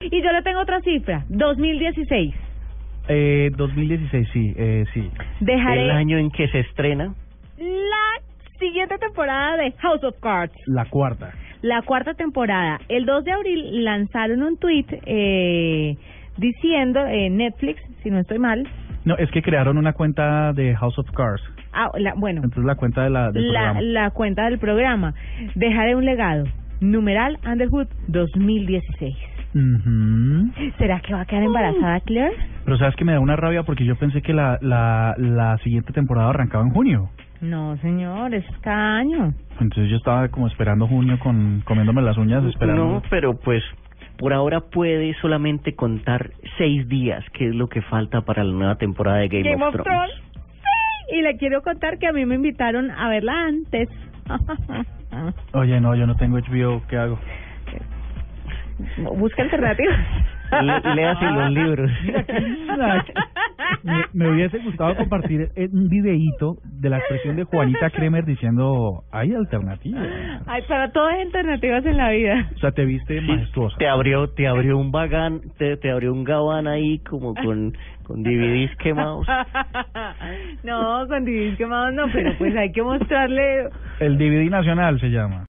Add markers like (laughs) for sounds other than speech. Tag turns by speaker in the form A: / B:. A: Y yo le tengo otra cifra, 2016.
B: Eh, 2016, sí, eh, sí.
A: Dejaré-
B: El año en que se estrena
A: La siguiente temporada de House of Cards.
B: la cuarta.
A: La cuarta temporada. El 2 de abril lanzaron un tweet eh, diciendo, eh, Netflix, si no estoy mal,
B: No, es que crearon una cuenta de House of Cards.
A: ah, la- bueno,
B: Entonces la cuenta de la, del
A: la,
B: programa.
A: la cuenta del programa. Dejaré un legado. Numeral Underwood 2016.
B: Ujú.
A: ¿Será que va a quedar
B: Uh.
A: embarazada Claire?
B: Pero sabes que me da una rabia porque yo pensé que la, la, la siguiente temporada arrancaba en junio.
A: No, señor, es cada año.
B: Entonces yo estaba como esperando junio con comiéndome las uñas, esperando.
C: No, pero pues por ahora puede solamente contar seis días, que es lo que falta para la nueva temporada de Game,
A: Game of Thrones. Sí, y le quiero contar que a mí me invitaron a verla antes. (laughs)
B: Oye, no, yo no tengo HBO,
A: (laughs)
B: ¿qué hago?
A: Busca alternativas.
C: Le- léase los libros.
B: (laughs) Mira, qué
C: (laughs)
B: linda. Me, me hubiese gustado compartir eh, un videíto de la expresión de Juanita Kremer diciendo, hay alternativas.
A: Ay, para todas hay alternativas en la vida.
B: O sea, te viste majestuosa.
C: Te abrió, te abrió un vagán, te, te abrió un gabán ahí como con, con
A: (laughs)
C: DVDs quemados.
A: no, con Divin quemado no, pero pues hay que mostrarle
B: El DVD nacional se llama.